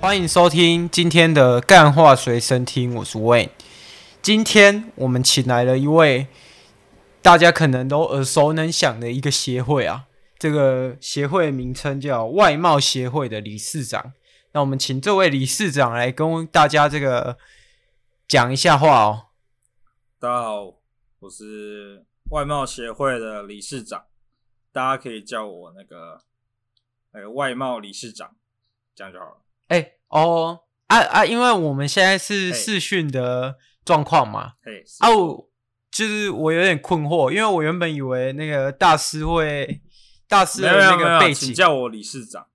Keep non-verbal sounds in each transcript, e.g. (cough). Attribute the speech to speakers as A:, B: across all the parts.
A: 欢迎收听今天的干话随身听，我是 Wayne。今天我们请来了一位大家可能都耳熟能详的一个协会啊，这个协会的名称叫外贸协会的理事长。那我们请这位理事长来跟大家这个讲一下话哦。
B: 大家好，我是外贸协会的理事长，大家可以叫我那个那个外贸理事长，这样就好了。
A: 哎哦啊啊，因为我们现在是
B: 哎
A: 视讯的状况嘛，
B: 嘿，
A: 啊，我就是我有点困惑，因为我原本以为那个大师会， (laughs) 大师
B: 没
A: 的
B: 有没
A: 那
B: 有没
A: 个
B: 有，
A: 背
B: 请
A: 景，
B: 叫我理事长。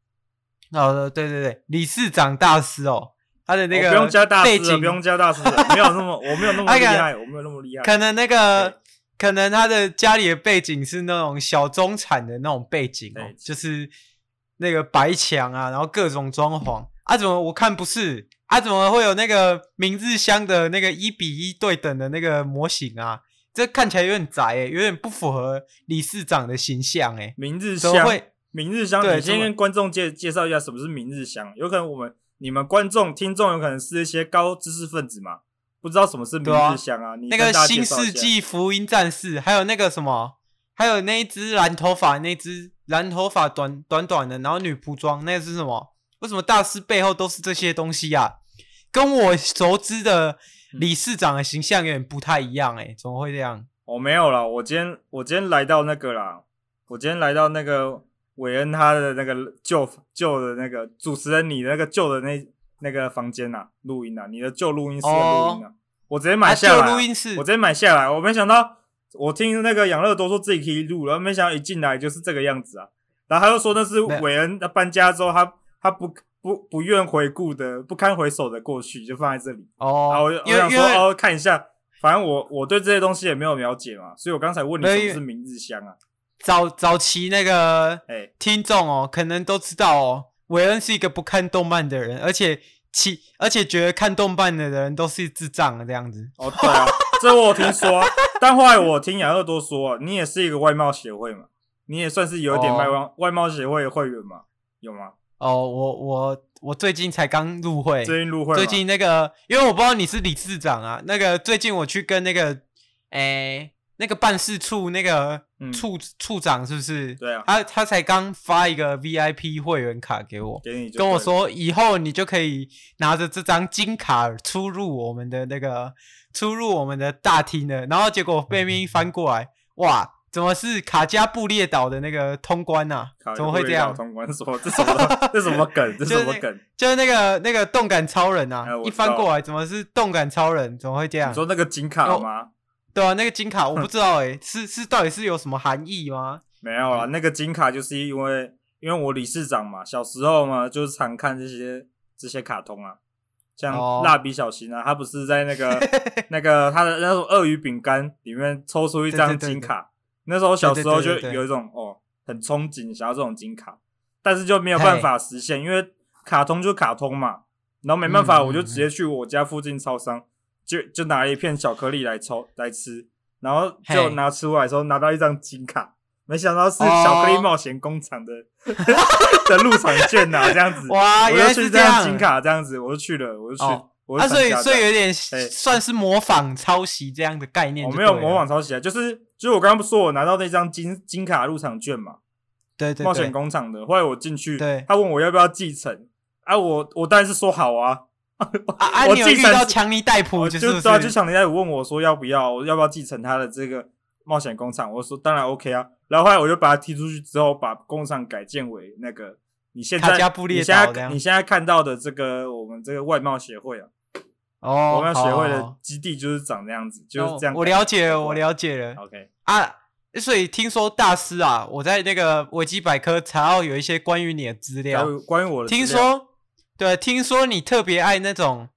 A: 好的，对对对，理事长大师哦，他的那
B: 我
A: 个
B: 不用加大
A: 背
B: 师了，
A: 景，
B: 不用加大师了，没有那么我没有那么
A: 哎 (laughs)
B: 厉
A: 呀
B: 害，我没有那么厉害。
A: 可能那个
B: 对
A: 可能他的家里的背景是那种小中产的那种背景哦
B: 对，
A: 就是那个白墙啊，然后各种装潢啊，怎么我看不是啊，怎么会有那个明日香的那个一比一对等的那个模型啊？这看起来有点宅、欸，有点不符合理事长的形象哎、
B: 明日
A: 怎
B: 香
A: 么会，
B: 明日香，
A: 对
B: 你先
A: 怎么
B: 跟观众介介绍一下什么是明日香。有可能我们你们观众听众有可能是一些高知识分子嘛，不知道什么是明
A: 对啊
B: 日香啊。你
A: 那
B: 跟
A: 个
B: 大家介
A: 新
B: 绍一
A: 世
B: 下
A: 纪福音战士，还有那个什么，还有那一只蓝头发，那只蓝头发短短短的，然后女仆装，那个是什么？为什么大师背后都是这些东西啊？跟我熟知
B: 嗯
A: 的理事长的形象有点不太一样、欸，怎么会这样？
B: 哦，没有啦，我今天我今天来到那个啦，我今天来到那个韦恩他的那个旧旧的那个主持人你的那个旧的那那个房间呐、录音呐、啊你的旧录音室的录音啊，我直接买
A: 哦啊，
B: 下来啊、
A: 就录音室
B: 我直接买下来，我没想到我听那个养乐多说自己可以录了，没想到一进来就是这个样子啊，然后他又说那是
A: 没有
B: 韦恩他搬家之后他他不不不愿回顾的不堪回首的过去就放在这里。啊，
A: 哦
B: 我就，我
A: 因为
B: 想
A: 因
B: 说
A: 为
B: 哦，看一下，反正我我对这些东西也没有了解嘛，所以我刚才问你
A: 没有
B: 什
A: 因
B: 么
A: 为
B: 是明日香啊？
A: 早早期那个
B: 哎、
A: 听众哦，可能都知道哦，韦恩是一个不看动漫的人，而且其而且觉得看动漫的人都是智障的这样子。
B: 哦对啊， (laughs) 这我有听说、啊，但后来我听养乐多说、啊，你也是一个外贸协会嘛，你也算是有一点
A: 哦
B: 外贸、外贸协会的会员嘛，有吗？
A: 哦，我我我最近才刚入会，
B: 最近入会吗
A: 最近那个，因为我不知道你是理事长啊，那个最近我去跟那个，诶，那个办事处那个
B: 嗯
A: 处、处长是不是？
B: 对啊
A: 他他才刚发一个 VIP 会员卡给我，
B: 给你就
A: 跟我
B: 对了，
A: 说以后你就可以拿着这张金卡出入我们的那个出入我们的大厅了。然后结果
B: 嗯
A: 背面一翻过来，哇，怎么是卡加布列岛的那个通关呐、
B: 靠
A: 怎么会这样
B: 有？通关说这什么这什么梗？这
A: 就是
B: 什么
A: 那
B: 梗？
A: 就是那个那个动感超人啊，
B: 哎我
A: 一
B: 知道
A: 翻过来怎么是动感超人？怎么会这样
B: 你？说那个金卡
A: 哦
B: 吗？
A: 对啊，那个金
B: (laughs)
A: 卡我不知道哎、是是到底是有什么含义吗？
B: 没有啊啦，那个金卡就是因为因为我理事长嘛，小时候嘛就是常看这些这些卡通啊，像
A: 哦
B: 蜡笔小新啊，他不是在那个那个他的那种鳄鱼饼干里面抽出一张
A: 对对对
B: 金卡，那时候小时候
A: 对对
B: 就
A: 对对对
B: 有一种哦很憧憬想要这种金卡，但是就没有办法实现，因为卡通就卡通嘛，然后没办法
A: 嗯
B: 我就直接去我家附近超商就就拿了一片巧克力来抽来吃，然后就
A: 嘿
B: 拿出来的时候拿到一张金卡。没想到是巧克力
A: 哦
B: 冒险工厂的、 (laughs) 的入场券呐、这样子。
A: 哇，
B: 我
A: 原来
B: 就是去
A: 这
B: 张
A: 样
B: 金。卡这样子，我就去了，我就去，
A: 哦
B: 我
A: 啊，
B: 就
A: 所以
B: 参加
A: 所以
B: 这样
A: 有点
B: 哎
A: 算是模仿抄袭这样的概念
B: 我
A: 就
B: 哦没
A: 对了。
B: 有模仿抄袭啊，就是就是我刚刚不是说我拿到那张金金卡入场券嘛，
A: 对对对
B: 冒险工厂的，后来我进去
A: 对，
B: 他问我要不要继承，啊我我当然是说好啊，
A: 啊啊！
B: 我
A: 你有
B: 继
A: 遇
B: 承
A: 到
B: 是
A: 强尼戴普
B: 我
A: 就是
B: 就
A: 不是
B: 对啊，就想人家有问我说要不要，我要不要继承他的这个冒险工厂？我说当然 OK 啊。然后后来我就把他踢出去之后，把工厂改建为那个你现在
A: 卡加布列岛
B: 你现
A: 这
B: 在
A: 样
B: 你现在看到的这个我们这个外贸协会啊，
A: 哦，
B: 外贸协
A: 好哦
B: 会的基地就是长那样子，就是这样改。
A: 我了解了，我了解了
B: OK，
A: 啊。所以听说大师啊，我在那个维基百科查到有一些关于你的资
B: 还
A: 料，
B: 有关于我的资料，
A: 听说对，听说你特别爱那种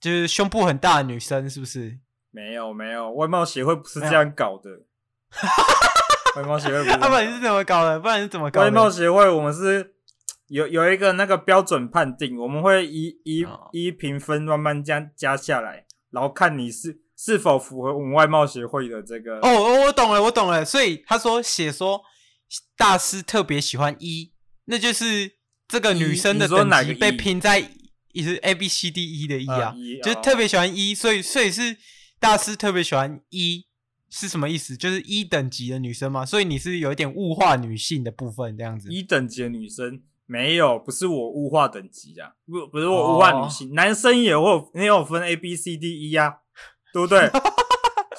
A: 就是胸部很大的女生，是不是？
B: 没有没有，外貌协会不是这样搞的。外貌协会不是这
A: 啊，不
B: 样搞
A: 然你是怎么搞的？不然你是怎么搞的？
B: 外貌协会，我们是有有一个那个标准判定，我们会一一
A: 哦
B: 一评分慢慢加加下来，然后看你是是否符合我们外貌协会的这个。
A: 哦，我我懂了，我懂了。所以他说写说大师特别喜欢一，那就是这个女
B: 一
A: 生的
B: 你说
A: 等
B: 哪
A: 级
B: 个
A: 被
B: 一呃
A: 拼在也是 A B C D E 的 E 啊，
B: 一
A: 就是特别喜欢一，所以所以是大师特别喜欢一是什么意思？就是一等级的女生嘛，所以你是有一点物化女性的部分这样子。
B: 一等级的女生没有，不是我物化等级啊，不不是我物化
A: 哦
B: 女性，男生也会有也有分 A B C D E 啊，对
A: (laughs)
B: 不对？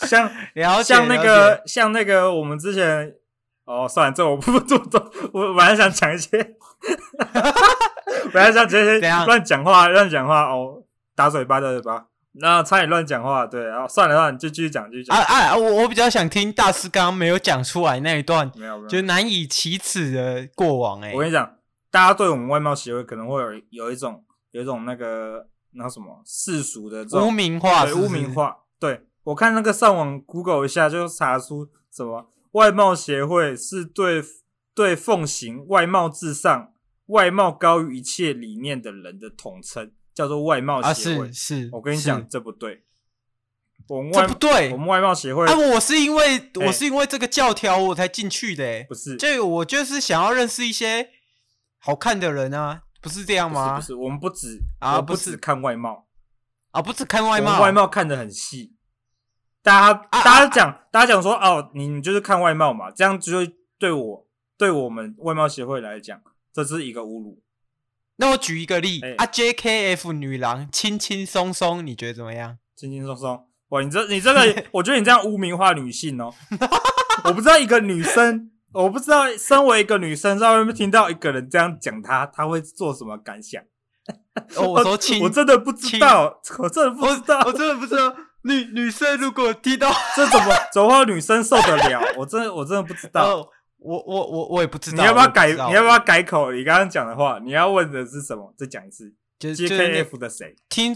B: 像
A: 了解
B: 像那
A: 了
B: 个像那个我们之前哦，算了，这我不 (laughs) 做做，我本来想讲一些， (laughs) 本来想直接
A: 怎样
B: 乱讲话乱讲话哦，打嘴巴打嘴巴，那差点乱讲话，对，然后算了算了，你就继续讲继续
A: 啊
B: 讲，
A: 啊！我我比较想听大师刚刚没有讲出来那一段，
B: 没有没有，
A: 就是难以启齿的过往、欸。
B: 啊我跟你讲，大家对我们外貌协会可能会有有一种有一种那个那什么世俗的这种
A: 污名化
B: 对
A: 是不
B: 污名
A: 是
B: 化。对我看那个上网 Google 一下，就查出什么外貌协会是对对奉行外貌至上、外貌高于一切理念的人的统称，叫做外貌
A: 啊，
B: 协会。
A: 是是，
B: 我跟你
A: 是
B: 讲，，这不对。我们
A: 这
B: 外
A: 不对
B: 我。们外貌协会、
A: 啊，我是因为我
B: 哎
A: 是因为这个教条我才进去的、欸
B: 不，是
A: 就我就是想要认识一些好看的人啊，不是这样
B: 不是
A: 吗
B: 不？是，我们不只
A: 啊
B: 我不
A: 不是
B: 只看外貌，
A: 啊，不只看外
B: 我们
A: 貌，
B: 外貌看得很细。大家、
A: 啊
B: 大家讲、大家讲说哦，你你就是看外貌嘛，这样就会对我对我们外貌协会来讲，这是一个侮辱。
A: 那我举一个例、
B: 哎
A: 啊，JKF 女郎轻轻松松，你觉得怎么
B: (laughs)
A: 样？
B: 轻轻松松。哇，你这你
A: (laughs)
B: 这个，我觉得你这样污名化女性哦。我不知道一个女生，
A: (laughs)
B: 我不知道身为一个女生，在外面听到一个人这样讲她，她会做什么感想？
A: 哦，我说轻，哦
B: 我真的不知道，我真的不知道，
A: 我真的不知道，女女生如果听到，
B: 这怎么怎么会有女生受得了？我真的我真的不知道。
A: 哦我我我我也不知道，
B: 你要不要改？
A: 我知道
B: 你要不要改口？你刚刚讲的话，你要问的是什么？再讲一次
A: 就是就是那
B: ，JKF 的谁？
A: 听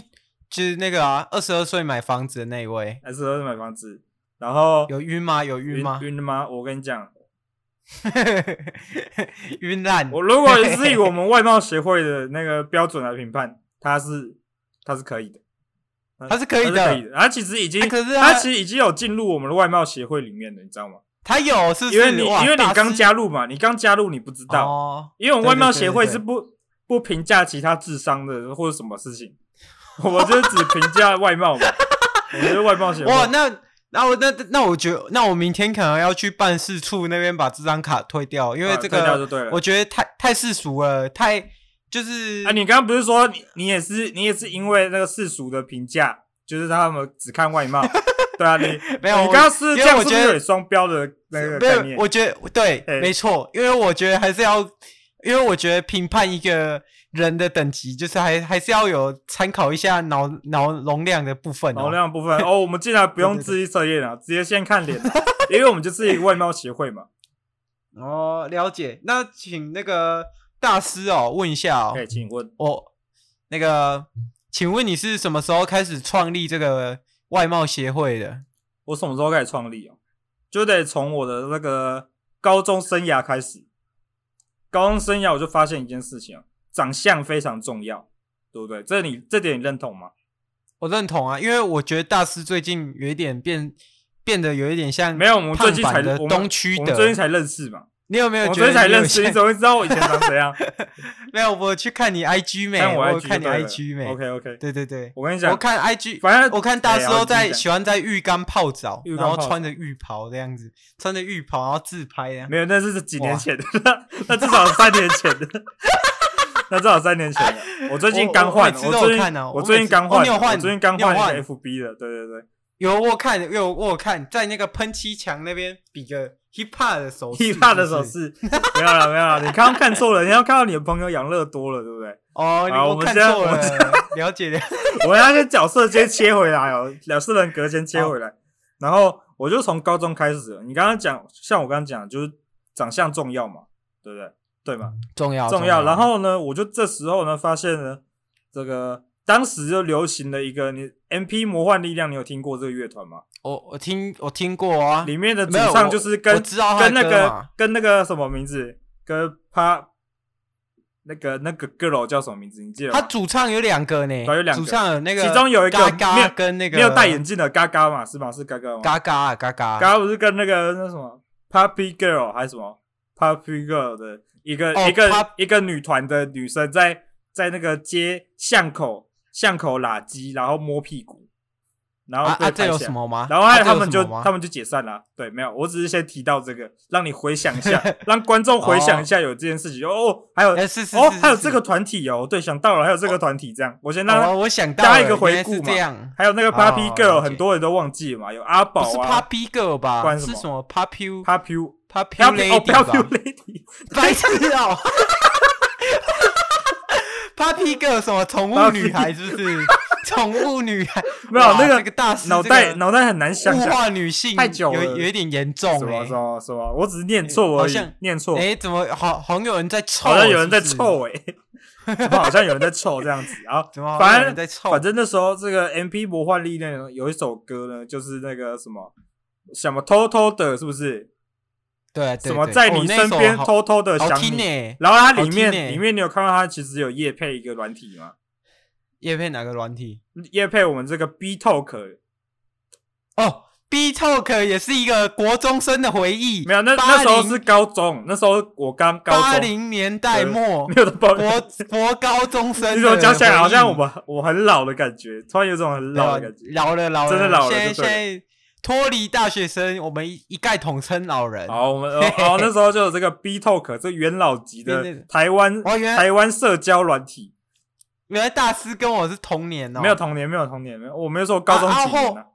A: 就是那个啊，二十二岁买房子的那一位，
B: 还是说是买房子？然后
A: 有晕吗？有晕吗？
B: 晕了吗？我跟你讲，
A: (laughs) 晕烂。
B: 我如果是以我们外貌协会的那个标准来评判，他是他是可以的，
A: 他是可以的
B: 他是可以的。他其实已经，
A: 啊可是
B: 他
A: 他
B: 其实已经有进入我们的外貌协会里面了，你知道吗？
A: 他有是不是？
B: 因为你
A: 哇
B: 因为你
A: 大师
B: 刚加入嘛，你刚加入你不知道，
A: 哦，
B: 因为我们外貌协会
A: 对对对对
B: 是不不评价其他智商的或者什么事情， (laughs) 我就是只评价外貌嘛。
A: (laughs)
B: 我觉得外貌协会，
A: 哇，那那我那那我觉得，那我明天可能要去办事处那边把这张卡退掉，因为
B: 啊
A: 这
B: 退掉就
A: 个
B: 对了
A: 我。觉得太太世俗了，太就是
B: 啊，你刚刚不是说你你也是你也是因为那个世俗的评价，就是他们只看外
A: (laughs)
B: 貌，对啊，你
A: 没有
B: 你
A: 我
B: 刚刚是
A: 因
B: 这
A: 为
B: 样，
A: 我
B: 是不是
A: 觉
B: 有
A: 得
B: 点双标的那个
A: 没
B: 呃概
A: 有，
B: 念？
A: 我觉得对
B: 哎，
A: 没错，因为我觉得还是要，因为我觉得评判一个人的等级，就是还还是要有参考一下脑脑容量的部分、哦。
B: 容量部分哦，我们竟然不用自己测验了，直接先看脸，啊
A: (laughs)
B: 因为我们就是一个外貌协会嘛。
A: 哦，了解。那请那个大师哦问一下哦
B: 哎，，请问
A: 我那个，请问你是什么时候开始创立这个外貌协会的？
B: 我什么时候开始创立哦？就得从我的那个高中生涯开始。高中生涯我就发现一件事情啊，长相非常重要，对不对？这你这点你认同吗？
A: 我认同啊，因为我觉得大师最近有一点变变得有一点像
B: 没有，我们最近
A: 胖
B: 才
A: 版的
B: 我们
A: 东区
B: 我们最
A: 的，
B: 近才认识嘛，
A: 你有没
B: 我
A: 有
B: 们
A: 觉
B: 最
A: 得
B: 近才
A: 你有
B: 认识，你
A: 像
B: 怎么会知道我以前长
A: (laughs)
B: 怎样？
A: 没有，我去看你 IG 美，
B: 看
A: 我
B: IG
A: 看你 IG 美。
B: OK OK，
A: 对对对，
B: 我跟你讲，
A: 我看 IG，
B: 反正
A: 我看大师
B: 哎
A: 都
B: 我跟你
A: 在
B: 讲
A: 喜欢在浴缸泡澡，
B: 浴
A: 然
B: 缸
A: 后
B: 泡澡
A: 穿着浴袍这样子，穿着浴袍然后自拍这样。
B: 没有，那是几年前的，那至少三年前的， (laughs) 那至少三年前的。我最近刚换，
A: 我我每次都有
B: 最
A: 看
B: 近
A: 啊我
B: 我最近
A: 每次
B: 刚
A: 哦
B: 换
A: 你有
B: 的，
A: 换
B: 我最近刚
A: 你有
B: 换
A: 换
B: 一个 FB 的，对对对。
A: 有我有看有我有看，在那个喷漆墙那边比个 hip hop 的手势
B: hip hop 的手
A: 哦是不是
B: 势， (laughs) 没有了，没有了，你刚刚看错了，你要看到你的朋友养乐多了，对不对？
A: 哦，你
B: 好
A: 我
B: 我们
A: 看
B: 现在
A: 错
B: 我
A: 了
B: 们，
A: (laughs) 了解了。
B: 我要先角色先切回来哦，角色人格先切回来，然后我就从高中开始了。你刚刚讲，像我刚刚讲，就是长相重要嘛，对不对？对嘛，
A: 重要
B: 重要。然后呢，我就这时候呢，发现呢，这个当时就流行了一个，你 M P 魔幻力量，你有听过这个乐团吗？
A: 我我听我听过啊，
B: 里面的主
A: 没有
B: 唱
A: 我
B: 就是跟
A: 我知道他的
B: 跟那
A: 哦歌
B: 个
A: 嘛
B: 跟那个什么名字，跟帕那个那个 girl 叫什么名字？你记得
A: 他
B: 吗？
A: 主唱有两个呢，
B: 对有两个
A: 主唱有那个，
B: 其中有一个
A: 嘎
B: 没有
A: 嘎跟那个
B: 没有戴眼镜的嘎嘎嘛，是吗？是嘎嘎吗？
A: 嘎嘎啊嘎嘎
B: 哦嘎嘎不是跟那个那什么 Puppy Girl 还是什么 Puppy Girl 的一个、
A: 哦
B: 一个
A: Pup-
B: 一个女团的女生在在那个街巷口巷口拉鸡，然后摸屁股，然后
A: 啊
B: 被
A: 啊，这
B: 拍
A: 有
B: 下
A: 什。么吗？
B: 然后后来
A: 啊
B: 他们就、
A: 这
B: 他
A: 有什么吗
B: 们就解散了、对，没有，我只是先提到这个，让你回想
A: (laughs)
B: 一下，让观众回想一下有这件事情。哦，还有、
A: 哎是是
B: 哦
A: 是，是
B: 还有
A: 是
B: 这个团体哦，对，想到了，还有这个团体这样。我先让、
A: 哦，我想到
B: 加
A: 了
B: 一个回
A: 原来
B: 顾
A: 是
B: 嘛
A: 这样，
B: 还有那个 Puppy
A: 哦
B: Girl，、
A: 了解
B: 很多人都忘记了嘛，有阿宝
A: 不是
B: 啊
A: Puppy Girl 吧？
B: 关什
A: 是
B: 么
A: 什么 Puppy
B: ，Puppy
A: Puppy
B: 飘
A: Lady
B: 飘哦飘飘
A: 吧
B: Lady，
A: (laughs) 白痴哦 (laughs) ！Puppy Girl 什么宠物
B: Puppy
A: 女孩是不是？宠物女孩
B: 没有
A: 哇
B: 那个
A: 这个大师
B: 脑
A: 这
B: 袋
A: 个
B: 脑袋很难想
A: 物
B: 象
A: 化女性
B: 太久了
A: 有有一点严重
B: 什么
A: 哎
B: 什么什么，我只是念错而
A: 好
B: 已
A: 像，
B: 念错，
A: 哎，怎么好好像有人在臭？
B: 好像有人在
A: 是不是，
B: 臭哎，怎 (laughs) 么好像有人在臭这样子，然后
A: 怎么好像
B: 反
A: 有人在
B: 正
A: 臭？
B: 反正那时候这个 M P 魔幻力量有一首歌呢，就是那个什么什么偷偷的，是不是？
A: 对对
B: 什么
A: 对
B: 在
A: 哦
B: 你
A: 那
B: 身
A: 首
B: 边
A: 好
B: 偷偷的
A: 好
B: 想
A: 听
B: 你。
A: 呢？
B: 然后它里
A: 好听
B: 面
A: 欸
B: 里面你有看到它其实有夜配一个软体吗？
A: 叶片哪个软体？
B: 夜配我们这个 B Talk
A: 哦，B Talk 也是一个国中生的回忆。
B: 没有，
A: 80
B: 那那时候是高中，那时候我刚高
A: 八
B: 中，
A: 零年代末
B: 没，有的包。
A: 国国高中生的回忆。
B: 你怎么讲起来好像我们我很老的感觉，突然有种很
A: 对吧
B: 老的感觉。
A: 老了老了，
B: 真的老了
A: 现在
B: 就
A: 现
B: 对了
A: 在脱离大学生，我们一一概统称老人。
B: 好，我们哦哦那时候就有这个 B Talk 这元老级
A: 对对
B: 的
A: 对
B: 台湾
A: 哇，哦原来
B: 台湾社交软体，
A: 原来大师跟我是同年哦。
B: 没有童年，没有童年，没有，我没有说我高中
A: 啊啊
B: 几年啊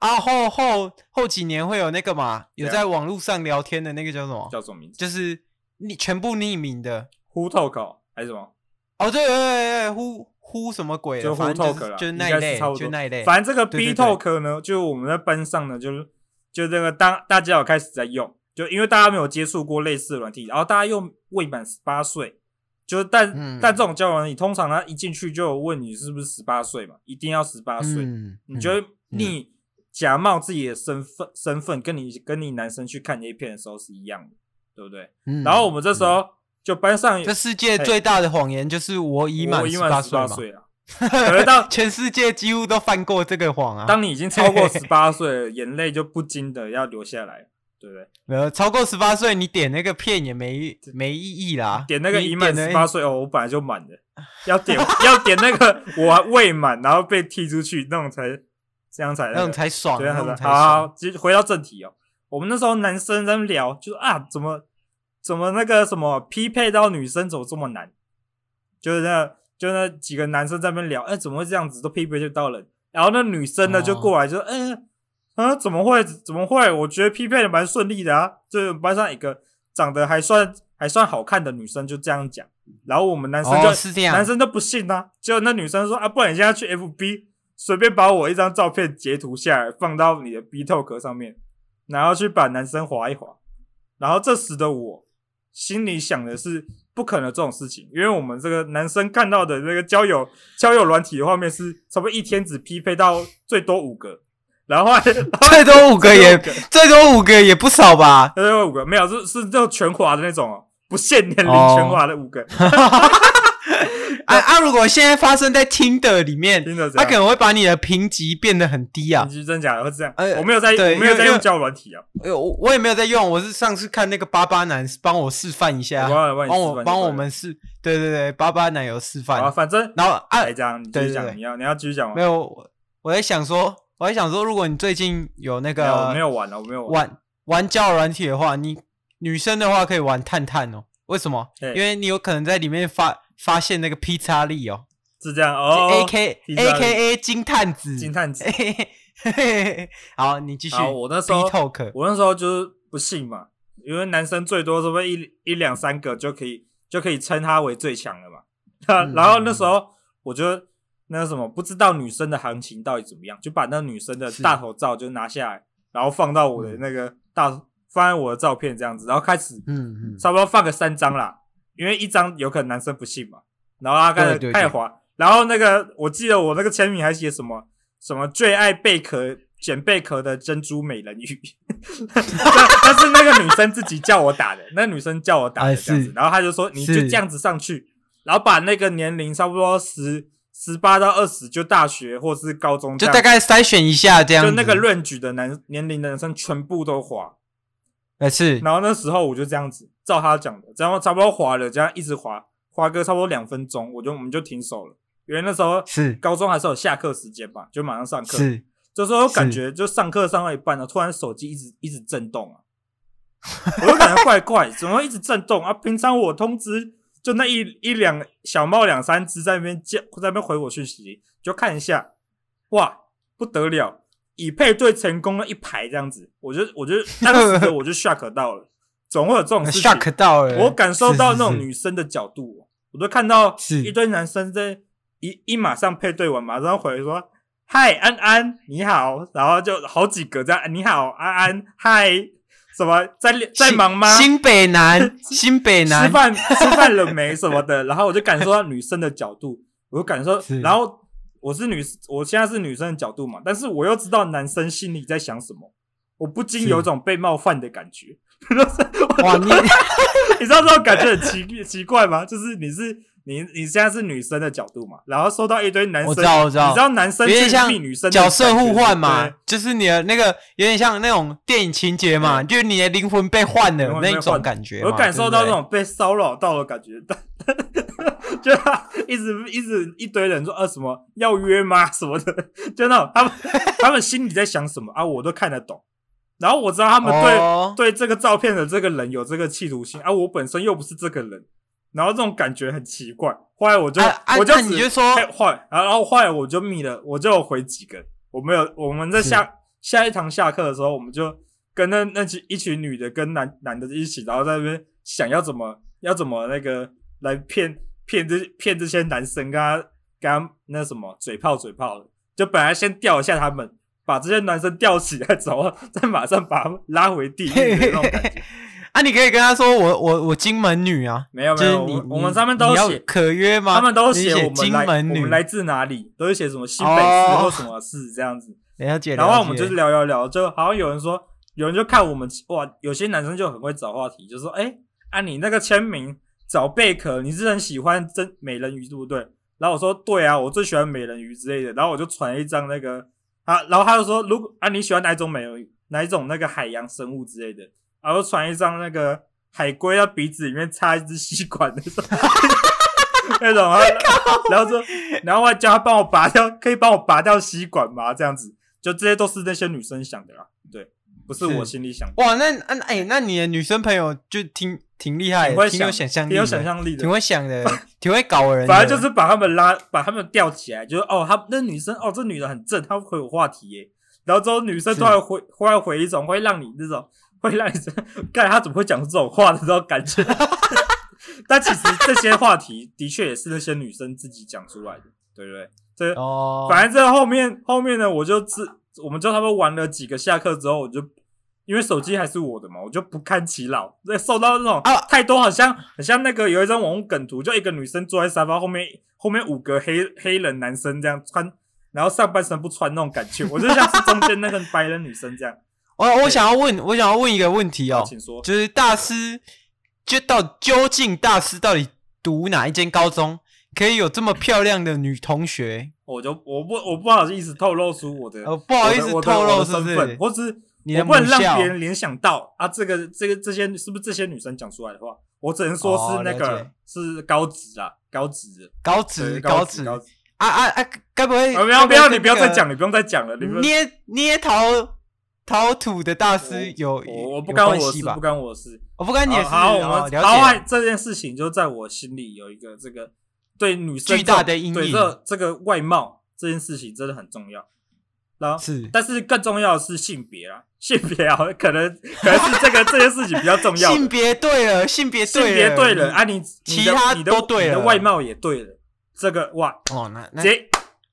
A: 啊，后后后几年会有那个嘛，有
B: 对啊
A: 在网络上聊天的那个叫什么？
B: 叫什么名字
A: 就是你全部匿名的。
B: ？Who Talk 哦还是什么？
A: 哦，对对对对，呼呼什么鬼的？
B: 就 Who
A: 反正就是
B: Talk 啦，
A: 就是
B: 应
A: 那
B: 该
A: 一
B: 是
A: 类，
B: 差不多
A: 就那一类。
B: 反正这个 B
A: 对对
B: Talk 呢，就我们在班上呢，就是就这个当大家有开始在用，就因为大家没有接触过类似的软体，然后大家又未满十八岁，就是但、
A: 嗯
B: 但这种交友软体，通常他一进去就有问你是不是十八岁嘛，一定要十八岁，
A: 嗯，
B: 啊你觉得你假冒自己的身份、身份，跟你跟你男生去看 A 片的时候是一样的，对不对？
A: 嗯？嗯
B: 然后我们这时候、就班上有
A: 这世界最大的谎言就是我已
B: 我
A: 满
B: 已
A: 十
B: 满
A: 八
B: 十
A: 岁
B: 八
A: 嘛，
B: 岁了，可
A: (laughs)
B: 是到
A: 全世界几乎都犯过这个谎啊。
B: 当你已经超过十八岁了，眼泪就不禁的要流下来，对不对？
A: 没有呃超过十八岁，你点那个片也没没意义啦。
B: 点那个
A: 你
B: 已满
A: 点了
B: 十八岁哦，我本来就满的，要点 (laughs) 要点那个我还未满，然后被踢出去那种才这样才那
A: 那
B: 个
A: 种才爽，
B: 对
A: 那
B: 那
A: 种
B: 种
A: 才
B: 才好
A: 爽。
B: 好，其实回到正题哦，我们那时候男生在那边聊，就是啊，怎么怎么那个什么匹配到女生怎么这么难？就是那就那几个男生在那边聊，哎、怎么会这样子都匹配就到人？然后那女生呢
A: 哦
B: 就过来就，嗯、啊，怎么会怎么会？我觉得匹配的蛮顺利的啊，就是班上一个长得还算还算好看的女生就这样讲，然后我们男生就、
A: 哦，是这样
B: 男。生都不信啊，结果那女生说啊，不然你现在去 FB 随便把我一张照片截图下来，放到你的 B t o k 上面，然后去把男生划一划。然后这时的我心里想的是，不可能有这种事情，因为我们这个男生看到的那个交友交友软体的画面是差不多一天只匹配到最多五个，然
A: (laughs)
B: 后还
A: 最多五个也
B: 最多五个
A: 最多五个也不少吧？
B: 最多五个没有是是那种全滑的那种哦，不限年龄
A: 哦
B: 全滑的五个，
A: 啊啊！如果现在发生在听的里面，(laughs)
B: 听着怎
A: 他可
B: 样？
A: 能会把你的评级变得很低啊
B: 你。是真假的会这样？
A: 呃
B: 我没有在，
A: 对
B: 我没有
A: 因为
B: 在
A: 因为
B: 用交友软体啊。
A: 哎呦，我我也没有在用，我是上次看那个巴巴男帮我示范一下，
B: 我帮
A: 啊
B: 你
A: 帮
B: 示
A: 我
B: 范
A: 帮
B: 就对
A: 我
B: 了
A: 们示，对对对，巴巴男有示
B: 好啊，
A: 范。
B: 反正
A: 然后啊，
B: 来讲，你继
A: 对
B: 续
A: 对对
B: 讲，你要你要继续讲
A: 没
B: 吗？
A: 有，我我在想说，我在想说，如果你最近有那
B: 没有，
A: 个
B: 我没有玩了，我没有玩。
A: 玩玩交友软体的话，你女生的话可以玩探探哦。为什么？
B: 对
A: 因为你有可能在里面发发现那个劈叉力哦
B: 是这样
A: ，A
B: 哦。
A: K
B: 劈叉力
A: A K A 金探子。
B: 金探子
A: 嘿。嘿嘿嘿 (laughs) 好，你继续。
B: 好，我那
A: B
B: 时候
A: Talk
B: 我那时候就是不信嘛，因为男生最多是不是一一两三个就可以就可以称他为最强了嘛？ (laughs)
A: 嗯
B: 然后那时候我就那什么不知道女生的行情到底怎么样，就把那女生的
A: 是嗯
B: 大头照就拿下来，然后放到我的那个大放在我的照片这样子，然后开始
A: 嗯嗯，
B: 差不多放个三张啦，因为一张有可能男生不信嘛，然后他开
A: 对对
B: 始
A: 对
B: 开始滑，然后那个我记得我那个签名还写什么什么最爱贝壳捡贝壳的珍珠美人鱼， (laughs) 但是那个女生自己叫我打的， (laughs) 那女生叫我打
A: 哎
B: 的
A: 是
B: 这样子，然后她就说你就是这样子上去，然后把那个年龄差不多十十八到二十就大学或是高中这
A: 就
B: 样
A: 大概筛选一下这样子。
B: 就那个论举的男年龄的男生全部都滑，
A: 哎是
B: 然后那时候我就这样子照他讲的，然后差不多滑了，这样一直滑，滑个差不多两分钟，我就我们就停手了。因为那时候
A: 是
B: 高中还是有下课时间吧，就马上上课。
A: 是，
B: 这时候感觉就上课上到一半呢，突然手机一直一直震动啊， (laughs) 我就感觉怪怪，怎么会一直震动啊？平常我通知就那一一两小猫两三只在那边叫，在那边回我讯息，就看一下，哇，不得了，已配对成功了一排这样子，我就我就当时的我 (laughs) 就 shock 到了，总会有这种事情
A: 哎 shock 到了，
B: 我感受到那种
A: 是是
B: 女生的角度哦，我都看到
A: 是
B: 一堆男生在一一马上配对完，马上回说嗨安安你好，然后就好几个这样你好安安嗨什么在在
A: 新
B: 忙吗？吃
A: 新北
B: (laughs)
A: 南，新北南，
B: 饭吃饭了没什么的，然后我就感受到女生的角度，我就感受
A: 是，
B: 然后我是女，我现在是女生的角度嘛，但是我又知道男生心里在想什么，我不禁
A: 是
B: 有一种被冒犯的感觉。
A: 哇，你
B: 你知道这种感觉很奇 (laughs) 奇怪吗？就是你是你你现在是女生的角度嘛，然后收到一堆男生，
A: 我知道我知道
B: 你知道男生
A: 有点
B: 去
A: 像
B: 避女生的
A: 角色
B: 感觉
A: 互换嘛
B: 对，
A: 就是你的那个有点像那种电影情节嘛，就是你的灵魂被换
B: 灵
A: 了
B: 魂被
A: 那
B: 换
A: 种感觉嘛，
B: 我感受到
A: 对不
B: 那
A: 对
B: 种被骚扰到的感觉， (laughs) 但就他一直一直一堆人说呃什么要约吗 (laughs) 什么的，就那种他们他们心里在想什么啊，我都看得懂。然后我知道他们对、
A: 哦
B: 对这个照片的这个人有这个企图心啊，我本身又不是这个人，然后这种感觉很奇怪。后来我就、
A: 啊啊
B: 我就
A: 那
B: 只
A: 你就说
B: 嘿后来，哎然后然后后来我就密了，我就有回几个，我没有，我们在下下一堂下课的时候，我们就跟那那群一群女的跟男男的一起，然后在那边想要怎么要怎么那个来骗骗这骗这些男生，跟他跟他那什么嘴炮嘴炮的，就本来先吊一下他们，把这些男生吊起来之后，再马上把他们拉回地狱的那种
A: (laughs)
B: 感觉。
A: 啊，你可以跟他说我我我金门女啊，
B: 没有
A: 就
B: 没
A: 是
B: 有，
A: 你
B: 我
A: 你
B: 我们上面都
A: 你要
B: 写
A: 可约吗？
B: 他们都
A: 你
B: 写我们
A: 金
B: 来我
A: 门女，
B: 们来自哪里，都是写什么新北市
A: 哦
B: 或什么市这样子。
A: 了解，
B: 然后
A: 了
B: 我们
A: 解
B: 就是聊聊聊，就好像有人说，有人就看我们哇，有些男生就很会找话题，就说：“哎、啊，你那个签名找贝壳，你是很喜欢真美人鱼对不对？”然后我说：“对啊，我最喜欢美人鱼之类的。”然后我就传了一张那个啊，然后他就说：“如果啊你喜欢哪一种美人鱼，哪一种那个海洋生物之类的。”然后传一张那个海龟要鼻子里面插一支吸管的那种，啊，然后说，然后我还叫他帮我拔掉，可以帮我拔掉吸管吗？这样子，就这些都是那些女生想的啦，对，不是
A: 是
B: 我心里想的，
A: 哇，那那哎，那你的女生朋友就挺挺厉害
B: 挺会
A: 哎的，挺有想象力，
B: 挺有想，象力
A: 挺
B: 的。
A: 会想的， (laughs) 挺会搞人的。
B: 反正就是把他们拉，把他们吊起来，就是哦，他那女生哦，这女的很正，她会有话题耶。然后之后女生
A: 是
B: 突然回，突然回一种会让你那种会让你干她怎么会讲出这种话的这种感觉。 (laughs) 但其实这些话题的确也是那些女生自己讲出来的，对不对？这
A: 哦，
B: 反正这后面后面呢，我就自我们就差不多玩了几个下课之后，我就因为手机还是我的嘛，我就不堪其扰，对，受到那种
A: 啊
B: 太多，好像很像那个有一张网络梗图，就一个女生坐在沙发后面，后面五个黑黑人男生这样穿，然后上半身不穿那种感觉，我就像是中间那个白人女生这样。
A: 我我想要问，我想要问一个问题
B: 好
A: 哦，
B: 请说，
A: 就是大师，就到究竟大师到底读哪一间高中，可以有这么漂亮的女同学？
B: 我就我不我不好意思透露出我的，
A: 呃，不好意思
B: 我的
A: 透
B: 我
A: 露
B: 的
A: 是不
B: 身份
A: 是？
B: 或是
A: 你
B: 我
A: 的
B: 不能
A: 母
B: 让
A: 校
B: 别人联想到啊，这个这个这些是不是这些女生讲出来的话？我只能说
A: 哦
B: 是那
A: 了
B: 个、
A: 解
B: 是高职啊，高职，
A: 高
B: 对
A: 职
B: 高
A: 职
B: 高
A: 啊
B: 职。
A: 啊啊！该不会
B: 啊不要不要，你不要再
A: 讲。
B: 讲，你不用再讲了，你不要。
A: 捏捏陶陶土的大师有
B: 我我不
A: 有
B: 干我
A: 关
B: 的
A: 系
B: 事，
A: 吧
B: 不？干我的事。
A: 我不干你也是
B: 好，好
A: 哦
B: 我们好，
A: 了
B: 哎
A: 解
B: 这件事情就在我心里有一个这个对女生
A: 巨大
B: 这种
A: 的阴
B: 对
A: 影
B: 这这个外貌这件事情真的很重要。然后
A: 是
B: 但是更重要的是性别啊，性别啊，可能可能是这个这件事情比较重要的。
A: 性别对了，性别
B: 性
A: 对
B: 别
A: 了，哎
B: 对了啊，哎你你
A: 其
B: 的
A: 他
B: 你的
A: 都对
B: 你的
A: 了
B: 外貌也对了，这个哇，
A: 哦，那
B: 直
A: 那
B: 接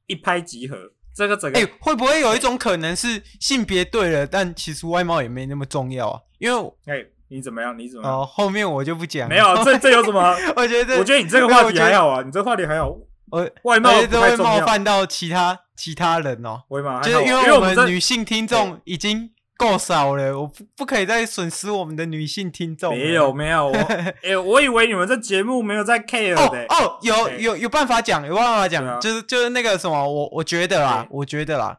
B: 一拍即合，这个整个、
A: 哎，会不会有一种可能是性别对了，但其实外貌也没那么重要啊？因为
B: 哎、你怎么样？你怎么样？
A: 哦，后面我就不讲了
B: 啊没有，这这有什么？
A: (laughs) 我觉得
B: 我觉得你这个
A: 没有
B: 话
A: 我
B: 题
A: 觉得
B: 还好啊，你这个话题还好。
A: 呃，
B: 外貌
A: 而且
B: 不
A: 都
B: 太
A: 会
B: 重
A: 冒
B: 要，
A: 犯到其他其他人哦。
B: 会吗？
A: 就是
B: 还好啊
A: 因
B: 因
A: 为我
B: 们
A: 们
B: 这
A: 女性听众已经够少了，我不不可以再损失我们的女性听众了。
B: 没有没
A: (laughs)
B: 有，我哎、我以为你们这节目没有在 care 的、哎
A: 哦哦，有
B: 对
A: 有有办法讲，有办法讲，
B: 对啊
A: 就是就是那个什么，我我觉得啊
B: 对，
A: 我觉得啦，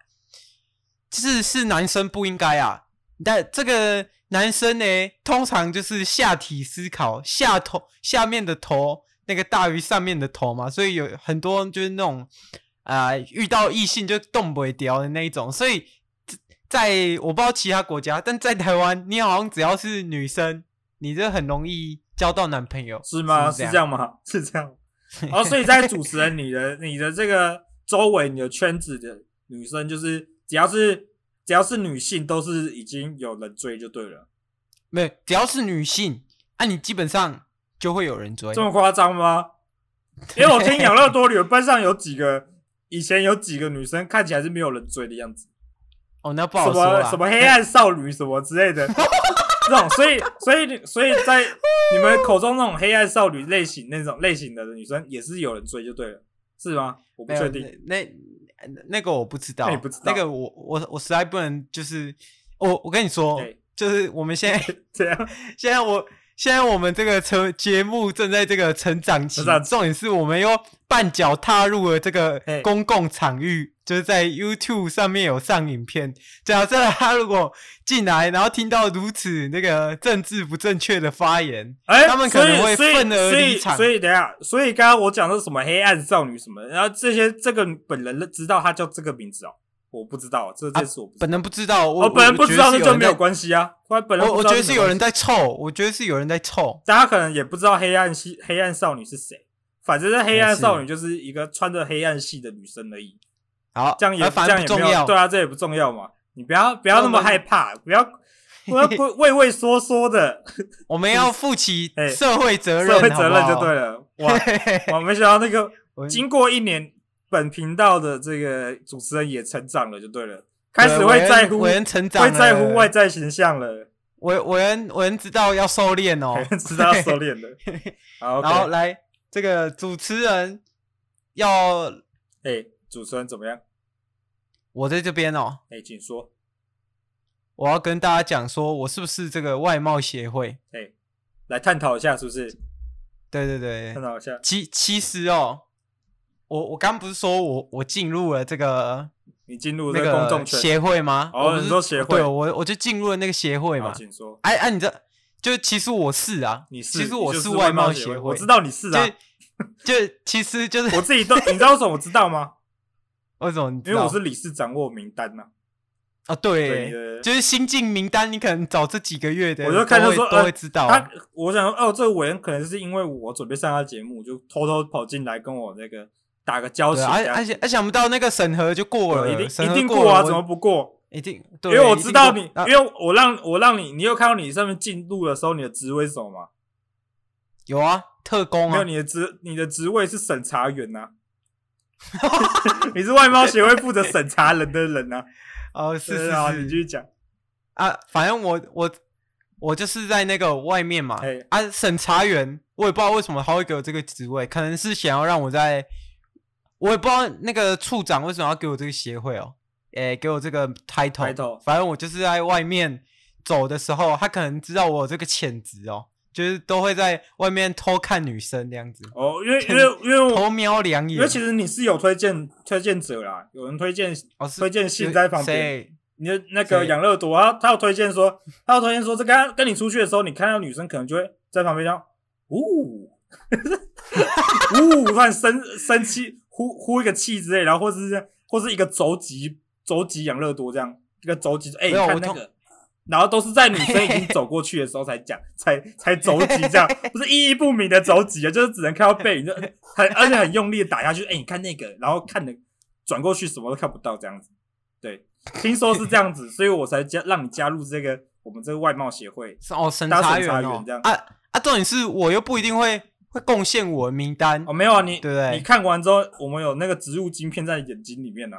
A: 就是是男生不应该啊，但这个男生呢，通常就是下体思考，下头下面的头那个大于上面的头嘛，所以有很多就是那种啊、遇到异性就动不掉的那一种，所以在我不知道其他国家，但在台湾，你好像只要是女生，你就很容易交到男朋友，
B: 是吗？
A: 是
B: 是
A: 不
B: 这样吗？ (laughs) 是这样。哦，所以在主持人你的你的这个周围你的圈子的女生，就是只要是只要是女性，都是已经有人追就对了，
A: 没有，只要是女性，啊，你基本上就会有人追。
B: 这么夸张吗？因为我听养乐多，你们班上有几个以前有几个女生看起来是没有人追的样子，
A: 哦，那不好
B: 什
A: 说
B: 么
A: 啦
B: 什么黑暗少女什么之
A: (laughs)
B: 类的，这种，所以所以所以在你们口中那种黑暗少女类型那种类型的女生，也是有人追就对了，是吗？我不
A: 没有
B: 确定。
A: 那那那个我不知道，
B: 那你不知道
A: 那个我我我实在不能，就是哦我我跟你说
B: 对，
A: 就是我们现在
B: 哦
A: (laughs)
B: 这样
A: 现在我现在我们这个成节目正在这个成长期
B: 成长，期
A: 重点是我们又绊脚踏入了这个
B: 嘿
A: 公共场域，就是在 YouTube 上面有上影片。假设他如果进来，然后听到如此那个政治不正确的发言，
B: 哎、
A: 他们可能会愤而离场
B: 所以所以所以等一下，所以刚刚我讲的是什么黑暗少女什么，然后这些这个本人知道她叫这个名字哦，我不知道，这这次我不知道。哦
A: 本人不知道，我
B: 我本人不知道，
A: 我
B: 那
A: 觉得
B: 就是没有
A: 人在
B: 关系啊。我本人
A: 我
B: 不
A: 我
B: 知
A: 觉
B: 道
A: 得是有人
B: 没关系，
A: 在凑，我觉得是有人在凑。
B: 大家可能也不知道黑暗系黑暗少女是谁，反正这黑暗少女就是一个穿着黑暗系的女生而已。
A: 好，
B: 这样也
A: 啊
B: 这
A: 反
B: 样
A: 正
B: 也
A: 不
B: 没
A: 重
B: 有
A: 要。
B: 对啊，这也不重要嘛。你不要不要那
A: 那
B: 么
A: 我们
B: 害怕，不要不要不畏畏缩缩的
A: 我们要负起
B: 哎
A: 社会 (laughs) 责任，
B: 社会责任就
A: (laughs)
B: 对
A: 了。
B: 了。哇， (laughs) 我哦没想到那个
A: (laughs) 我
B: 经过一年，本频道的这个主持人也成长了，就对了，开始
A: 对
B: 会
A: 韦恩
B: 在乎
A: 韦
B: 会
A: 恩成长了，
B: 在乎外在形象了，
A: 韦韦恩韦恩知道要收敛哦。
B: (laughs) 知道要
A: (laughs)
B: 收敛了。好
A: 然后
B: ，OK，
A: 来这个主持人要
B: 哎，主持人怎么样？
A: 我在这边哦，
B: 哎，请说。
A: 我要跟大家讲说，我是不是这个外貌协会？
B: 哎，来探讨一下，是不是？
A: 对对对，
B: 探讨一下，
A: 其其实哦，我我刚不是说我我进入了这个
B: 你进入
A: 那
B: 这个公
A: 个
B: 众圈，
A: 协会吗？
B: 哦
A: 我不是
B: 你说协会
A: 对我我就进入了那个协会
B: 好
A: 嘛。
B: 请说。
A: 哎哎，你这就其实我是啊，
B: 你是，
A: 其实我
B: 你就是
A: 外
B: 貌
A: 协
B: 会，我知
A: 道，
B: 道你是啊，
A: 就就其实就是
B: 我自己都，你知道为什么我知
A: (laughs)
B: 道吗？
A: 为什么你知
B: 因
A: 道？
B: 为我是理事掌握名单呐。
A: 啊，
B: 对你
A: 对，
B: 的
A: 就是新进名单，你可能找这几个月的，
B: 我就看
A: 都
B: 到
A: 会
B: 说
A: 都
B: 呃
A: 会知道啊。
B: 他，我想说，哦，这个伟恩可能是因为我准备上他节目，就偷偷跑进来跟我那个打个交
A: 对
B: 情，
A: 啊，而
B: 这
A: 而
B: 样
A: 且而想不到那个审核就过了，
B: 对一定
A: 审
B: 一
A: 核
B: 定
A: 过
B: 啊，
A: 了
B: 怎么不过？
A: 我一定？
B: 因
A: 对，
B: 为我
A: 一定
B: 知道
A: 过
B: 你，
A: 啊
B: 因为我让我让你，你又看到你上面进入的时候，你的职位是什么吗？
A: 有啊，特工
B: 没有，
A: 啊，
B: 你的职你的职位是审查员呐、 (laughs) 啊，你是外貌协会负责审查人的人呐、啊。
A: 哦， (laughs) 是
B: 对啊，
A: 是
B: 你继
A: 是
B: 续讲。
A: 啊，反正我我我就是在那个外面嘛
B: 哎，
A: 啊，审查员，我也不知道为什么他会给我这个职位，可能是想要让我在，我也不知道那个处长为什么要给我这个协会哦，诶，给我这个 title，
B: title
A: 反正我就是在外面走的时候，他可能知道我有这个潜质哦，就是都会在外面偷看女生这样子，
B: 哦，因为因为因为
A: 偷
B: 我
A: 瞄两
B: 因
A: 眼
B: 为，其实你是有推荐推荐者啦，有人推荐
A: 哦是
B: 推荐信在旁边。
A: 谁
B: 你的那个
A: 谁
B: 养乐多，他他有推荐说，他有推荐说，这跟跟你出去的时候，你看到女生可能就会在旁边这样，呜、呜，突然生生气，呼呼一个气之类，然后或是这样或是一个肘击肘击养乐多这样，一个肘击，哎、
A: 没有
B: 你看
A: 我
B: 那
A: 通
B: 个，然后都是在女生已经走过去的时候才讲，才才肘击这样，不是意义不明的肘击啊，就是只能看到背影，就很而且很用力的打下去，哎、你看那个，然后看的转过去什么都看不到这样子，对。听说是这样子，所以我才加让你加入这个我们这个外贸协会。
A: 是哦，审
B: 当
A: 查
B: 审
A: 员
B: 查
A: 哦
B: 员这样
A: 啊啊！重点是我又不一定会会贡献我的名单
B: 哦，，没有啊，你
A: 对不对
B: 你看完之后，我们有那个植入晶片在眼睛里面呢、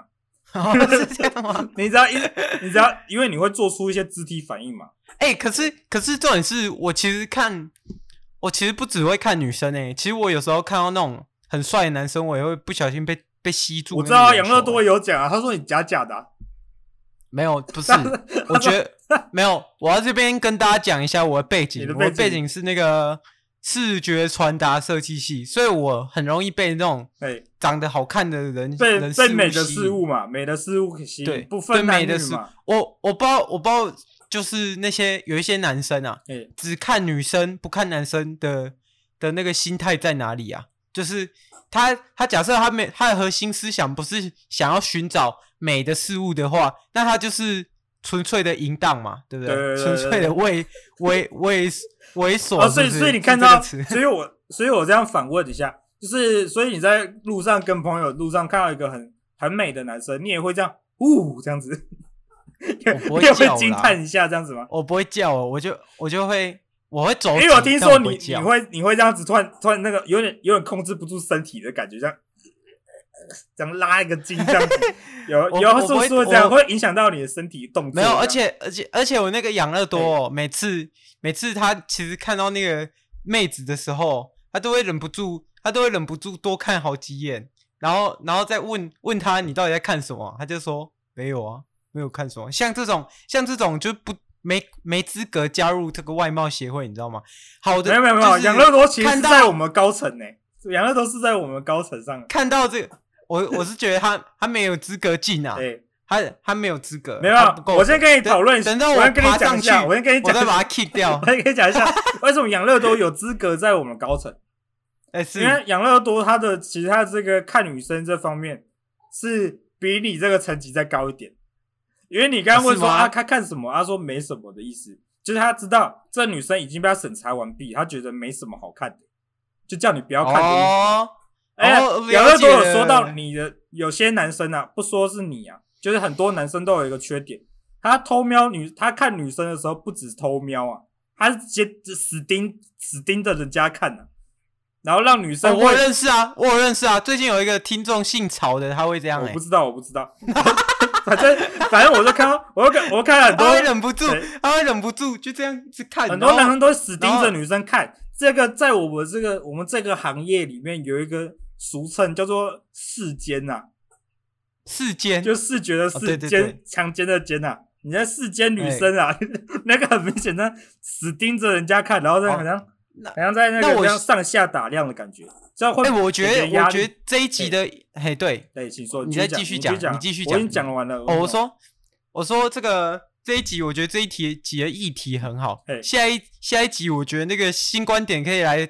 B: 啊
A: 哦、是这样吗？
B: 你只要一，你只要因为你会做出一些肢体反应嘛。
A: (laughs) 哎、可是可是欸重点是我其实看，我其实不只会看女生诶、其实我有时候看到那种很帅的男生，我也会不小心被被吸住。
B: 我知道啊，养乐多有讲啊，他说你假假的啊、
A: 没有，不是，我觉
B: (laughs)
A: 得没有。我要这边跟大家讲一下我的背景，
B: 你的背
A: 我的背
B: 景
A: 景是那个视觉传达设计系，所以我很容易被那种
B: 哎，
A: 长得好看的人
B: 被
A: 人
B: 被
A: 物
B: 美的
A: 吸
B: 事
A: 引
B: 物嘛，美的事物吸
A: 对
B: 引，不
A: 对
B: 分男
A: 美
B: 女
A: 的事
B: 嘛，
A: 我我不知道，我不知道，就是那些有一些男生啊，
B: 哎，
A: 只看女生不看男生的的那个心态在哪里啊？就是他他假设他没他的核心思想不是想要寻找美的事物的话，那他就是纯粹的淫荡嘛，对不
B: 对对对
A: 纯
B: 对
A: 粹的猥猥猥猥琐
B: 哦，
A: 是
B: 所以
A: 不是
B: 所以你看
A: 是这个
B: 到，
A: 词 (laughs)
B: 所以我所以我这样反问一下，就是所以你在路上跟朋友路上看到一个很很美的男生，你也会这样呜这样子，
A: 不会
B: 你也
A: 叫
B: 会
A: 啦
B: 惊叹一下这样子吗？
A: 我不会叫哦，我就我就会我会走
B: 因
A: 近，
B: 为我听
A: 但
B: 说
A: 不
B: 你你
A: 叫
B: 会你会这样子突然突然那个有点有点控制不住身体的感觉，这样这样拉一个筋
A: (laughs)
B: 这样子，有
A: 我
B: 有
A: 我
B: 是
A: 不
B: 不
A: 会
B: 是会这样
A: 我
B: 会影响到你的身体动作这
A: 没
B: 样？
A: 有，而且而且而且我那个养乐多哦、每次每次他其实看到那个妹子的时候，他都会忍不住，他都会忍不住多看好几眼，然后然后再问问他你到底在看什么，他就说没有啊，没有看什么。像这种像这种就不没没资格加入这个外貌协会，你知道吗？好的，
B: 没有没有没有，
A: 就是
B: 养乐多其实
A: 看
B: 是
A: 到
B: 在我们高层呢、欸养乐多是在我们高层上的，
A: 看到这个，我我是觉得他他没有资格进啊，
B: 对，
A: 他他没有资格，
B: 没有啊
A: 他不，够
B: 我先跟你讨论，
A: 等等到
B: 我
A: 我
B: 先跟你
A: 爬
B: 讲
A: 上
B: 一
A: 去，
B: 下，我先跟你
A: 我
B: 讲，
A: 再把它 kick 掉
B: (laughs) 我。先跟你讲一下为什么养乐多有资格在我们高层，
A: 哎、 (laughs) 是
B: 因为养乐多他的其实他这个看女生这方面是比你这个层级再高一点，因为你刚刚问说
A: 啊是吗
B: 啊他看什么，他说没什么的意思，就是他知道这女生已经被他审查完毕，他觉得没什么好看的，就叫你不要看的意思。
A: 哦，
B: 哎呀
A: 哦，
B: 杨
A: 了
B: 乐
A: 解
B: 多有说
A: 了
B: 到你的有些男生啊，不说是你啊，就是很多男生都有一个缺点，他偷瞄女，他看女生的时候不止偷瞄啊，他是直接死盯死盯着人家看啊，然后让女
A: 哦
B: 生会、
A: 我认识啊，我有认识啊。最近有一个听众姓曹的，他会这样
B: 我
A: 哎、
B: 不知道，我不知道， (laughs) 反正反正我就看到，我就看我看到很
A: 他会
B: 多
A: 忍不住
B: 对，
A: 他会忍不住就这样子看。
B: 很多男
A: 然后
B: 生都死盯
A: 然后
B: 着女生看，这个在我们这个我们这个行业里面有一个俗称叫做世间呐、啊。
A: 世间
B: 就视觉的
A: 哦对对
B: 视
A: 对哎
B: 奸强奸的奸啊，你在视奸女生啊， (laughs) 那个很明显的死盯着人家看，然后在
A: 哦
B: 好像
A: 那
B: 好像在那
A: 那
B: 个
A: 我
B: 这样上下打量的感觉，这样会
A: 哎、我觉
B: 给
A: 得
B: 人压
A: 我
B: 力
A: 觉得这一集的嘿对
B: 对，请说，
A: 你
B: 继
A: 再继续
B: 续讲你
A: 讲
B: 讲，
A: 你继续
B: 我已
A: 讲
B: 经讲完了。
A: 哦，我说我说这个这一集，我觉得这一题集的议题很好
B: 嘿。
A: 下一下一集，我觉得那个新观点可以来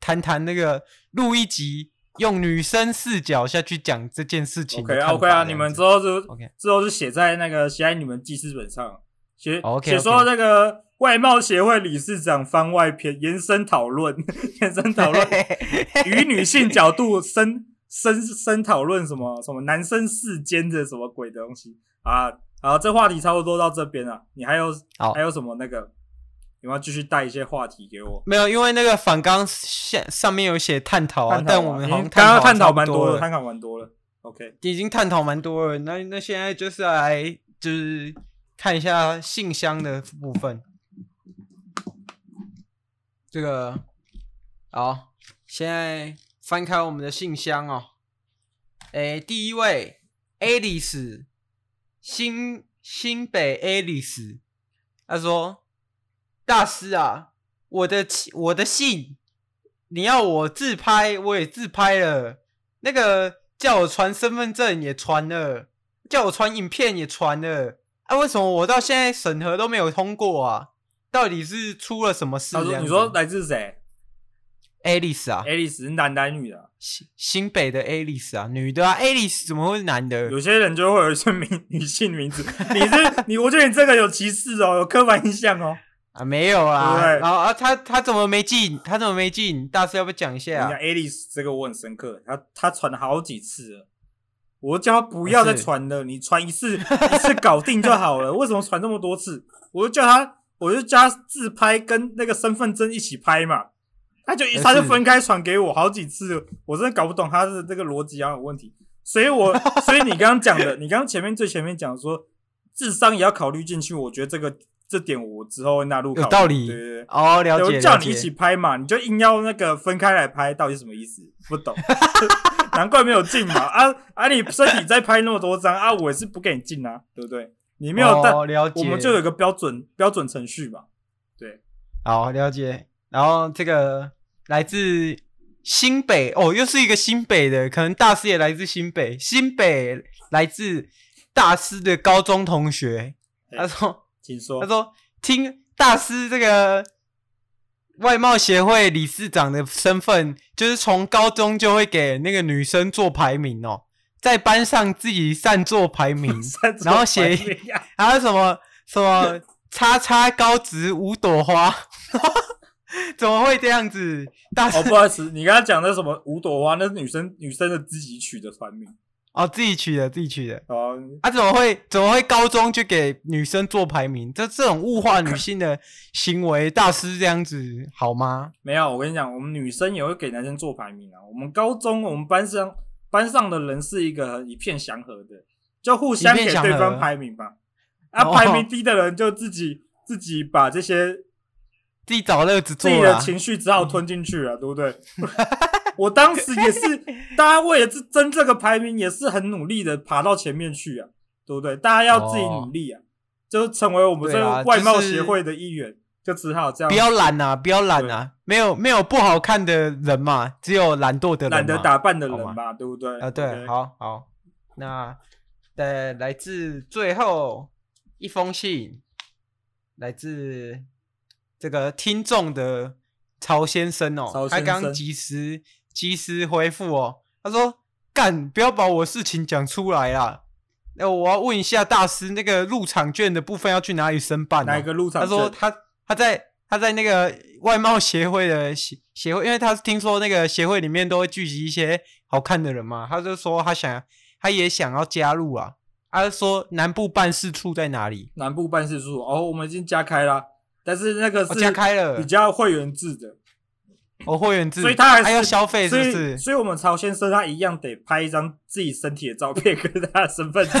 A: 谈谈那个录一集。用女生视角下去讲这件事情的
B: OK 啊
A: 看
B: OK 啊，
A: 法
B: 你
A: 这样
B: 们
A: 子
B: 之后就
A: OK
B: 之后就写在那个写在你们记事本上，写
A: 哦 OK，
B: 写
A: OK
B: 说那个外贸协会理事长番外篇延伸讨论， (laughs) 延伸
A: (laughs)
B: 讨论与女性角度深深深讨论什么什么男生世间的什么鬼的东西啊！好，这话题差不多到这边了。你还有
A: 好
B: 还有什么那个？有没有继续带一些话题给我？
A: 没有，因为那个反纲下上面有写探讨啊，
B: 探讨
A: 但
B: 吧
A: 我们
B: 已
A: 好
B: 经
A: 像
B: 刚刚
A: 探
B: 探
A: 讨
B: 讨
A: 差不
B: 蛮
A: 多
B: 的，探讨蛮多了。OK，
A: 已经探讨蛮多了。那那现在就是来就是看一下信箱的部分。这个好，现在翻开我们的信箱哦。诶，第一位 Alice，新新北 Alice，他说：“大师啊，我的气我的信，你要我自拍，我也自拍了。那个叫我传身份证也传了，叫我传影片也传了。啊，为什么我到现在审核都没有通过啊？到底是出了什么事
B: 他
A: 这
B: 说：“
A: 样
B: 你
A: 子？”
B: 说来自谁
A: Alice 啊，
B: ？Alice 是男男女的啊？
A: 新新北的 Alice 啊，女的啊，Alice 怎么会是男的？
B: 有些人就会有一些名 (laughs) 女性名字，你这你，我觉得你这个有歧视哦，有刻板印象哦。
A: 啊，没有啦。
B: 对不对
A: 然后啊，他他怎么没进？他怎么没进？大师要不要讲一
B: 人
A: 下、啊
B: 家 Alice 这个我很深刻，她她传了好几次了，我叫她
A: 哦
B: 不要再传了，你传一次一次搞定就好
A: (laughs)
B: 了，为什么传这么多次？我就叫她，我就叫她自拍跟那个身份证一起拍嘛，她就
A: 没事
B: 她就分开传给我好几次了，我真的搞不懂她的这个逻辑啊有问题。所以我，所以你刚刚讲的，你刚刚前面最前面讲说，智商也要考虑进去，我觉得这个这点我之后会纳入考虑
A: 有道理
B: 对对对。
A: 哦，了
B: 对
A: 解，
B: 我叫
A: 了
B: 你一
A: 解。
B: 起拍嘛，你就硬要那个分开来拍，到底是什么意思？不懂， (laughs) 难怪没有进嘛。啊啊，你身体再拍那么多张啊，我也是不给你进啊，对不对？你没有但
A: 哦，了解，
B: 我们就有一个标准标准程序嘛。
A: 好了解。然后这个来自新北哦，又是一个新北的，可能大师也来自新北，新北来自大师的高中同学，
B: 哎
A: 他说。
B: 请说，
A: 他，说听大师这个外貌协会理事长的身份，就是从高中就会给那个女生做排名哦，在班上自己擅作排名
B: (laughs) 三种啊
A: 然后写
B: 排列呀
A: 还有什么什么叉叉高职五朵花， (laughs) 怎么会这样子？大师
B: 哦，不好意思，你刚刚讲的什么五朵花，那是女生女生的自己取的团名
A: 哦，自己取的，自己取的。
B: 哦，
A: 啊，怎么会怎么会高中就给女生做排名？这这种物化女性的行为，大师这样子好吗？
B: 没有，我跟你讲，我们女生也会给男生做排名啊。我们高中，我们班上班上的人是一个一片祥和的，就互相
A: 一片
B: 给
A: 祥和
B: 对方排名吧。啊，
A: 哦
B: 排名低的人就自己自己把这些
A: 自己找乐子
B: 自
A: 做啊
B: 己的
A: 啦。
B: 情绪只好吞进去了，对
A: (laughs)
B: 不对？我当时也是，大家为了这争这个排名，也是很努力的爬到前面去啊，对不对？大家要自己努力啊，就成为我们这
A: 哦对啊
B: 个外貌
A: 就是
B: 协会的一员，就只好这样
A: 不要懒啊，不要懒啊，没有没有不好看的人嘛，只有懒惰的人嘛。
B: 懒得打扮的
A: 好
B: 人吧，对不对？
A: 啊，
B: OK
A: 对，好好。那呃，来自最后一封信，来自这个听众的曹先生哦，
B: 曹
A: 他
B: 先
A: 刚
B: 生
A: 及时及时回复哦，他说：“干，不要把我事情讲出来啦。”那我要问一下大师，那个入场券的部分要去哪里申办、啊？
B: 哪一个入场
A: 他
B: 券？
A: 说他他在他在那个外贸协会的协协会，因为他听说那个协会里面都会聚集一些好看的人嘛，他就说他想他也想要加入啊。他就说南部办事处在哪里？
B: 南部办事处哦，我们已经加开啦，但是那个
A: 我、
B: 是
A: 哦加开了
B: 比，较会员制的，
A: 我会员制，啊
B: 所以他还是
A: 要消费，
B: 所
A: 是不
B: 以
A: 是？
B: 所以我们曹先生他一样得拍一张自己身体的照片 (laughs) 跟他的身份证， (laughs)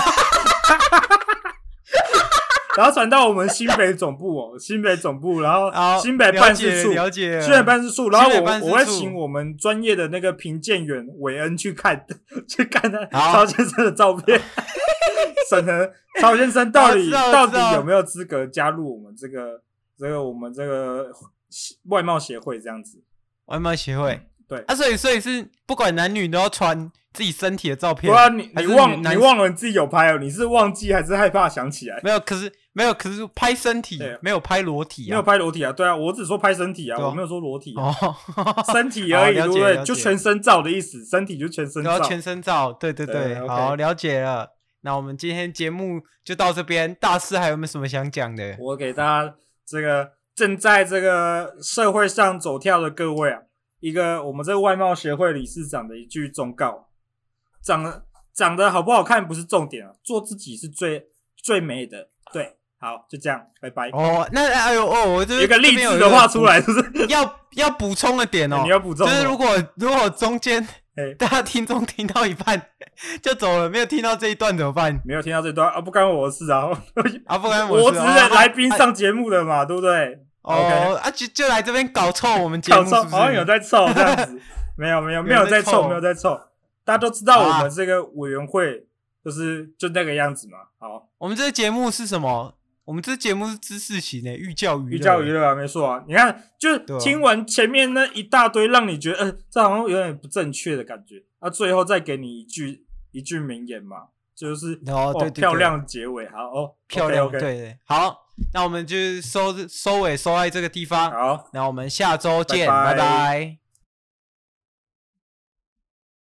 B: 然后传到我们新北总部哦，新北总部，然后
A: 好
B: 新北办事处，
A: 了解了了
B: 新北办事处，然后
A: 新北办事
B: 我
A: 处
B: 我会请我们专业的那个评鉴员韦恩去看 (laughs) 去看他
A: 好
B: 曹先生的照
A: (laughs)
B: 片，审核曹先生到
A: 我知
B: 底
A: 道我
B: 到
A: 知
B: 底
A: 道
B: 有没有资格加入我们这个这个我们这个外贸协会这样子。
A: 外贸协会。
B: 嗯对
A: 啊，所以所以是不管男女都要传自己身体的照片。
B: 不然啊你
A: 还
B: 你
A: 是
B: 忘
A: 男
B: 你忘了你自己有拍哦，你是忘记还是害怕想起来？
A: 没有，可是没有，可是拍身体
B: 对，
A: 没有拍裸体
B: 没
A: 啊
B: 有。拍裸体啊？对啊，我只说拍身体啊，
A: 对啊
B: 我没有说裸
A: (laughs)
B: 体 (laughs) 啊，
A: 哦，
B: 身体而已，
A: 好了
B: 对不
A: 解
B: 对
A: 了？解
B: 就全身照的意思，身体就全身
A: 然
B: 照
A: 后。全身照，对对
B: 对
A: 对，
B: ，OK
A: 好了解了。那我们今天节目就到这边，大师还有没有什么想讲的？
B: (laughs) 我给大家这个正在这个社会上走跳的各位啊，一个我们这个外贸协会理事长的一句忠告：长得长得好不好看不是重点啊，做自己是最最美的。对，好，就这样，拜拜。
A: 哦，那哎呦哦，我
B: 有
A: 这
B: 一个
A: 这
B: 励
A: 边有
B: 志
A: 一
B: 的
A: 个
B: 话
A: 补
B: 出，来，是不是？
A: (laughs) 要要补充的点哦，
B: 你要补充
A: 就是
B: 吗
A: 如果如果中间
B: 哎
A: (laughs) 大家听众听到一半 (laughs) 就走了，没有听到这一段怎么办？
B: 没有听到这段啊，不干我的事啊， (laughs)
A: 啊，不然
B: 我只是
A: 哦
B: 来宾上节目的嘛，对不对？OK
A: 哦啊，就就来这边搞臭我们节目，
B: 搞
A: 是不
B: 臭，
A: 是
B: 好像有在臭这样
A: (laughs)
B: 子，没有没有
A: 有
B: 没有
A: 在
B: 在
A: 凑
B: 臭，没有在臭。大家都知道
A: 好啊
B: 我们这个委员会就是就那个样子嘛。好，
A: 我们这个节目是什么？我们这节目是知识型的寓教于
B: 寓教于
A: 乐
B: 乐啊，没错啊。你看，就是
A: 对啊
B: 听完前面那一大堆，让你觉得，呃，这好像有点不正确的感觉。啊，最后再给你一句一句名言嘛，就是
A: 哦对对对
B: 漂亮的结尾，好哦，
A: 漂亮。
B: OK，OK
A: 对对，好，那我们就收收尾收在这个地方。
B: 好。
A: 那我们下周见，
B: 拜拜
A: 拜拜